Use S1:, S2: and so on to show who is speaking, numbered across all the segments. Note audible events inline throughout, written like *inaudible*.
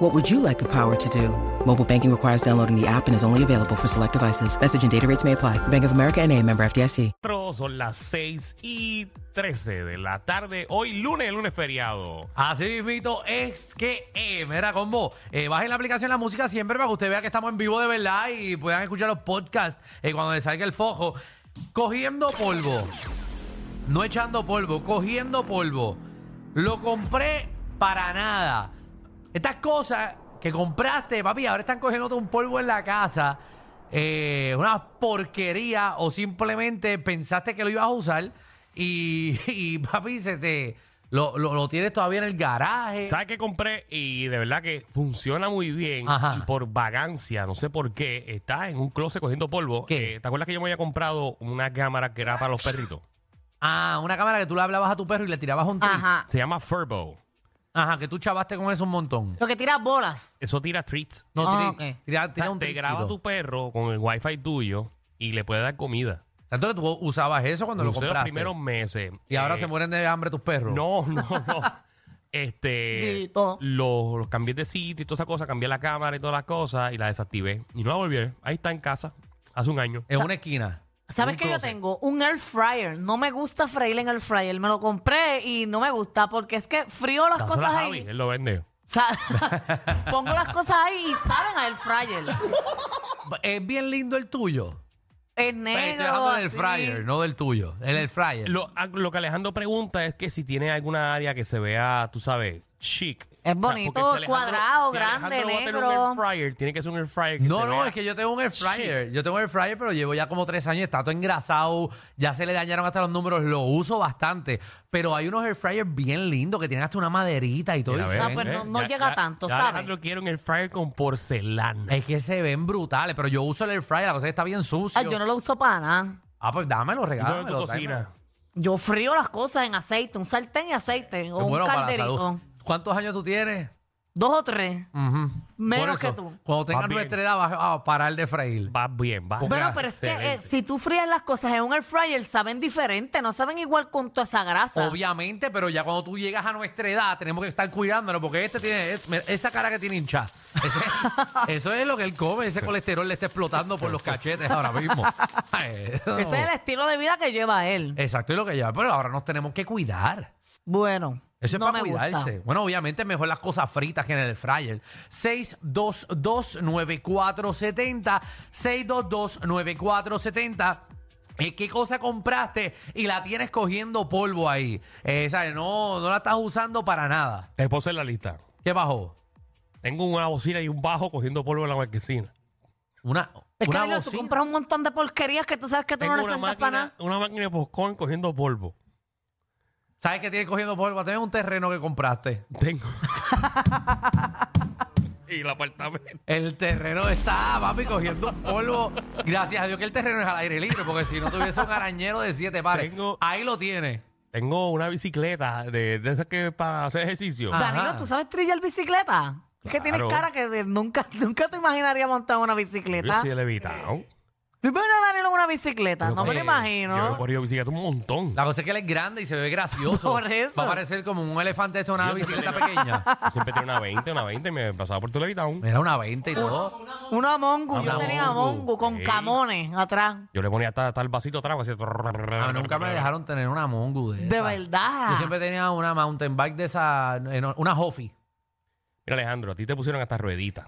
S1: What would you like the power to do? Mobile banking requires downloading the app and is only available for select devices. Message and data rates may apply. Bank of America and a member FDIC.
S2: son las 6 y 13 de la tarde. Hoy lunes, lunes feriado.
S3: Así mismito es que, eh, mira, combo, eh, bajen la aplicación La Música siempre para que usted vea que estamos en vivo de verdad y puedan escuchar los podcasts eh, cuando le salga el fojo. Cogiendo polvo, no echando polvo, cogiendo polvo. Lo compré para nada. Estas cosas que compraste, papi, ahora están cogiéndote un polvo en la casa, eh, una porquería, o simplemente pensaste que lo ibas a usar y, *laughs* y, papi, se te. Lo, lo- lo tienes todavía en el garaje.
S2: ¿Sabes qué compré? Y de verdad que funciona muy bien.
S3: Ajá.
S2: Y por vagancia, no sé por qué, está en un closet cogiendo polvo.
S3: ¿Qué?
S2: Eh, ¿Te acuerdas que yo me había comprado una cámara que era para los perritos?
S3: Ah, una cámara que tú le hablabas a tu perro y le tirabas un tweet. Ajá.
S4: Ajá.
S2: Se llama Furbo.
S3: que tú chavaste con eso un montón.
S4: Lo que tira bolas.
S2: Eso tira treats.
S3: No, tira,
S4: Ah, ok.
S3: tira-
S2: O
S3: tira
S2: sea,
S3: un
S2: te
S3: tricito.
S2: graba tu perro con el wifi tuyo y le puede dar comida.
S3: Tanto que tú usabas eso cuando lo
S2: Usé los
S3: compraste.
S2: primeros meses.
S3: Y ahora
S2: Eh,
S3: se mueren de hambre tus perros.
S2: No, *laughs* no, no. este.
S4: Dito.
S2: Los, los cambié de sitio y toda esa cosa, cambié la cámara y todas las cosas y la desactivé. Y no la volví a ver. Ahí está en casa, hace un año.
S3: En una esquina.
S4: ¿Sabes
S3: Un
S4: qué yo
S3: closet.
S4: tengo? Un air fryer. No me gusta freír en air fryer. Me lo compré y no me gusta porque es que frío las
S2: Dásela
S4: cosas
S2: a Javi,
S4: ahí.
S3: eh.
S2: él lo vende.
S4: Sa- *laughs* Pongo las cosas ahí y saben a air fryer.
S3: Es bien lindo el tuyo.
S4: Es
S3: Estoy
S4: negro.
S3: hablando del
S4: así.
S3: fryer, no del tuyo. El air fryer.
S2: Lo, a- lo que Alejandro pregunta es que si tiene alguna área que se vea, tú sabes, chic. O
S4: Es
S2: sea,
S4: bonito,
S2: porque Alejandro-
S4: cuadrado, grande,
S2: Alejandro va a tener
S4: negro.
S2: un air fryer, tiene que ser un air fryer. que
S3: No,
S2: se
S3: no,
S2: vea-
S3: es que yo tengo un air fryer. Yo tengo un air fryer, pero llevo ya como tres años, está todo engrasado, ya se le dañaron hasta los números, lo uso bastante. Pero hay unos air fryers bien lindos que tienen hasta una maderita y todo.
S2: Mira,
S3: y
S2: a
S3: se
S2: ver,
S4: Ah,
S3: ven-
S4: pues
S2: ¿eh?
S4: no- no llega tanto,
S2: ya
S4: ¿sabes?
S2: Alejandro quiere un air fryer con porcelana.
S3: Es que se ven brutales, pero yo uso el air fryer, la cosa es que está bien sucio.
S4: Ay, Ah, yo no lo uso para nada.
S3: Ah, pues
S2: ¿Y
S3: dámelo,
S2: cómo es tu
S3: regálamelo.
S2: cocina?
S3: dámelo.
S4: Yo frío las cosas en aceite, un sartén y aceite. O
S3: Es bueno
S4: un
S3: para la salud.
S4: calderito.
S3: ¿Cuántos años tú tienes?
S4: Dos o tres.
S3: Ujú.
S4: Menos
S3: Por eso,
S4: que tú.
S3: Cuando tengas
S2: Vas bien.
S3: nuestra edad vas a parar de freír.
S2: Va bien, va este,
S3: Porque-
S4: Bueno, pero es que eh,
S2: Excelente.
S4: si tú frías las cosas en un air fryer, saben diferente, no saben igual con toda esa grasa.
S3: Obviamente, pero ya cuando tú llegas a nuestra edad tenemos que estar cuidándonos porque este tiene es- mira, esa cara que tiene hinchada. *laughs* Ese- eso es lo que él come, ese colesterol le está explotando por los cachetes ahora *laughs* mismo.
S4: Ese es el estilo de vida que lleva él.
S3: Exacto, es lo que lleva. Pero ahora nos tenemos que cuidar.
S4: Bueno,
S3: Eso es
S4: no
S3: para
S4: me gusta.
S3: cuidarse. Bueno, obviamente es mejor las cosas fritas que en el fryer. 622-9470. 622-9470. Eh, ¿Qué cosa compraste y la tienes cogiendo polvo ahí? Eh, ¿sabes? No, no la estás usando para nada.
S2: Te puse en la lista.
S3: ¿Qué bajó?
S2: Tengo una bocina y un bajo cogiendo polvo en la marquesina.
S3: Una,
S4: Es que
S3: una
S4: Danilo, tú
S3: bocina.
S4: compras un montón de porquerías que tú sabes que tú
S2: Tengo
S4: no
S2: una
S4: necesitas para
S2: máquina,
S4: nada.
S2: una máquina de popcorn cogiendo polvo.
S3: ¿Sabes qué tienes cogiendo polvo? Tienes un terreno que compraste.
S2: Tengo. y el apartamento.
S3: El terreno está, papi, cogiendo un polvo. Gracias a Dios que el terreno es al aire libre, porque si no tuviese un arañero de siete pares.
S2: Tengo-
S3: Ahí lo tienes.
S2: Tengo una bicicleta de, de esas que para hacer ejercicio.
S3: Ah.
S4: Danilo,
S3: Ajá.
S4: ¿tú sabes trillar bicicleta? Es que tienes
S2: Claro.
S4: cara que de- nunca, *laughs* nunca te imaginaría montar una
S2: Yo
S4: bicicleta.
S2: sí
S4: Tú
S2: le he evitado.
S4: imaginas a Danilo en una bicicleta,
S3: Pero
S4: no me
S3: porque
S4: lo
S2: Yo he
S4: imagino.
S2: corrido bicicleta un montón.
S3: La cosa es que él es grande y se ve gracioso.
S4: Por eso.
S3: Va a parecer como un elefante esto, una
S2: Yo
S3: bicicleta
S2: siempre
S3: pequeña.
S2: Yo siempre tenía una 20, una 20 y me pasaba por tu levitown.
S3: Era una 20 y todo.
S4: Una mongu,
S2: Una
S4: yo tenía
S2: mongu.
S4: mongu con
S2: Sí.
S4: camones atrás.
S2: Yo le ponía hasta, hasta el vasito atrás. Así,
S3: A mí Ah, nunca me dejaron tener una mongu de
S4: De
S3: esa.
S4: verdad.
S3: Yo siempre tenía una mountain bike de esa, eh, no, una Hoffy.
S2: Mira, Alejandro, a ti te pusieron hasta rueditas.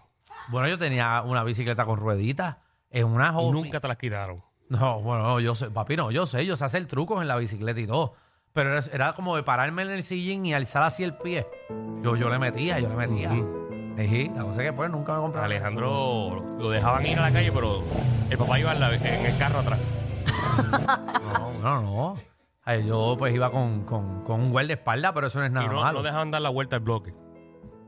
S3: Bueno, yo tenía una bicicleta con rueditas en una
S2: Y
S4: Oh,
S3: Hoffy.
S2: nunca te las quitaron.
S3: No, bueno, no, yo sé, papi, no, yo sé, yo sé hacer trucos en la bicicleta y todo. Pero era, era como de pararme en el sillín y alzar así el pie. Yo, yo le metía, yo le metía. Ejí, la cosa es que pues nunca me
S4: Ah.
S3: compré.
S2: Alejandro lo dejaban ir a la calle, pero el papá iba en, la- en el carro atrás.
S3: No, no, no. Ay, yo pues iba con, con, con un güey de espalda, pero eso no es nada
S2: y no,
S3: malo.
S2: no dejaban dar la vuelta al bloque.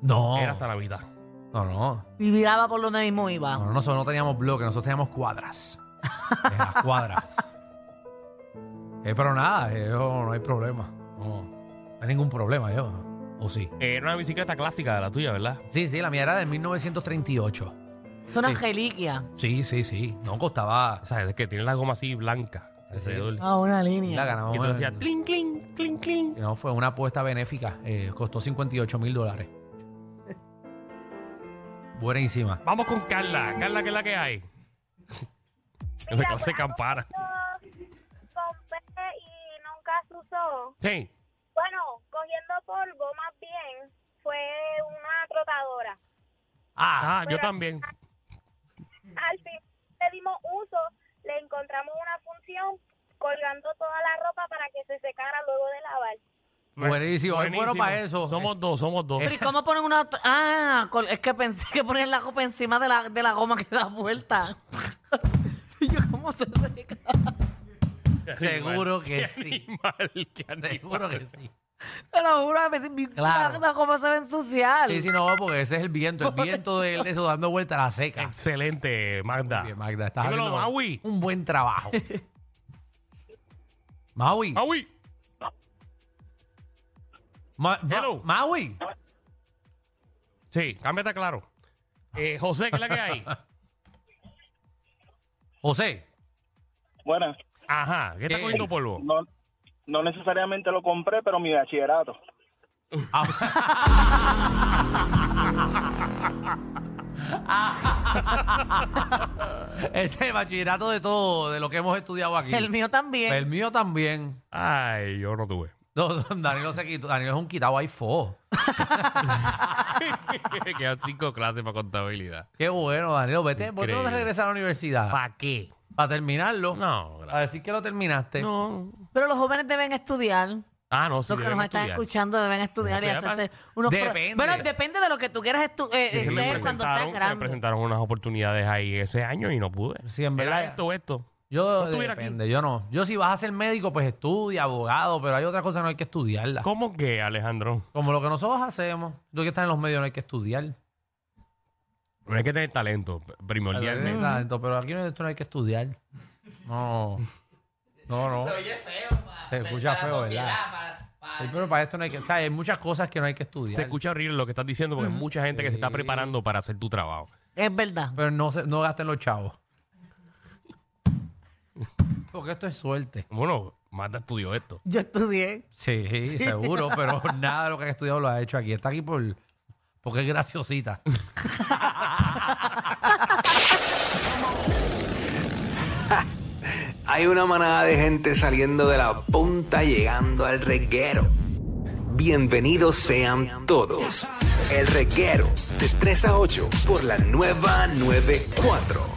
S3: No,
S2: Era hasta la mitad.
S3: no, no.
S4: Y miraba por donde mismo iba.
S2: *laughs*
S3: Ah. No, Nosotros no teníamos bloques, nosotros teníamos cuadras. Las cuadras. Eh, pero nada, eh, yo no hay problema. No, no hay ningún problema, yo. ¿O sí?
S2: Eh, Era una bicicleta clásica de la tuya, ¿verdad?
S3: Sí, sí, la mía era de 1938.
S4: Es una reliquia.
S3: Sí, sí, sí. No costaba.
S2: O sea, es que tiene la goma así blanca alrededor.
S4: Ah, una
S3: La
S4: línea.
S2: Y
S3: ganamos.
S2: tú
S3: en-
S2: hacías clink, clink, clink, clink.
S3: No, fue una apuesta benéfica. eh, costó 58 mil
S2: *laughs*
S3: dólares. Buenísima.
S2: Vamos con Carla. Carla, ¿qué es la que hay? Me clase campana.
S5: compré y nunca se usó.
S2: Hey,
S5: Bueno, cogiendo polvo más bien fue una trotadora.
S3: Ah,
S2: ah, yo también.
S5: Al fin le dimos uso, le encontramos una función colgando toda la ropa para que se secara luego de lavar.
S3: Buenísimo, es bueno para eso.
S2: Somos dos, somos dos.
S4: Pero ¿y cómo ponen una.? t- Ah, col- es que pensé que ponían la copa encima de la, de la goma que da vuelta. *laughs* Y yo, ¿cómo se seca?
S3: seguro que
S2: Qué
S3: sí.
S2: animal, qué animal.
S3: Seguro que sí.
S4: Te lo juro, a veces mi
S3: Claro.
S4: la goma se ve ensuciar.
S3: Sí, sí, no, porque ese es el viento. El viento de de eso dando vuelta a la seca.
S2: Excelente, Magda.
S3: Bien, Magda, estás
S2: Dímelo,
S3: haciendo
S2: Maui.
S3: un buen trabajo. Maui.
S2: Maui.
S3: Ma- ma-
S2: Hello.
S3: Maui.
S2: Sí, cámbiate a claro. Eh, José, ¿qué es la que *laughs* hay?
S3: José.
S6: Bueno,
S2: Ajá, ¿qué está
S3: ¿Qué?
S2: cogiendo polvo?
S6: no, no necesariamente lo compré, pero mi bachillerato.
S3: Ese es el bachillerato de todo, de lo que hemos estudiado aquí.
S4: El mío también.
S3: El mío también.
S2: Ay, yo no *laughs* tuve.
S3: No, *laughs* no, Danilo se quitó. Danilo es un quitado ahí fo.
S2: Quedan cinco clases para contabilidad.
S3: Qué bueno, Danilo. Vete, ¿por qué no te
S2: Increíble.
S3: regresas a la universidad? Para
S2: ¿Para qué?
S3: terminarlo.
S2: No,
S3: A
S2: gracias.
S3: decir que lo terminaste.
S2: No.
S4: Pero los jóvenes deben estudiar.
S2: Ah, no, sí,
S4: Los que
S2: deben
S4: nos están
S2: estudiar.
S4: escuchando deben estudiar y
S2: Estudiar
S4: hacerse
S2: para-
S4: unos... pro-
S3: Depende.
S4: Bueno, depende de lo que tú quieras estu- eh,
S2: Sí, se me
S4: ser cuando seas
S2: presentaron- se me
S4: grande.
S2: presentaron unas oportunidades ahí ese año y no pude.
S3: Sí, en
S2: Era
S3: verdad.
S2: esto o esto.
S3: Yo
S2: No estuviera
S3: depende, yo no. Yo si vas a ser médico, pues estudia, abogado, pero hay otras cosas no hay que estudiarlas.
S2: ¿Cómo que, Alejandro?
S3: Como lo que nosotros hacemos. Lo que está en los medios no hay que estudiar.
S2: No hay que tener talento, primordialmente.
S3: Exacto, pero aquí no, esto no hay que estudiar. No. No, no. Se oye feo. Se escucha feo, ¿verdad? Sí, pero para esto no hay que... o sea, hay muchas cosas que no hay que estudiar.
S2: Se escucha horrible lo que estás diciendo porque hay mucha gente que se está preparando para hacer tu trabajo.
S4: Es verdad.
S3: Pero no, se- no gasten los chavos. Porque esto es suerte.
S2: Bueno, Marta estudió esto.
S4: Yo estudié.
S3: Sí, seguro, pero nada de lo que ha estudiado lo ha hecho aquí. Está aquí por... Porque es graciosita.
S7: Hay una manada de gente saliendo de la punta llegando al reguero. Bienvenidos sean todos. El reguero de 3 a 8 por la nueva 94.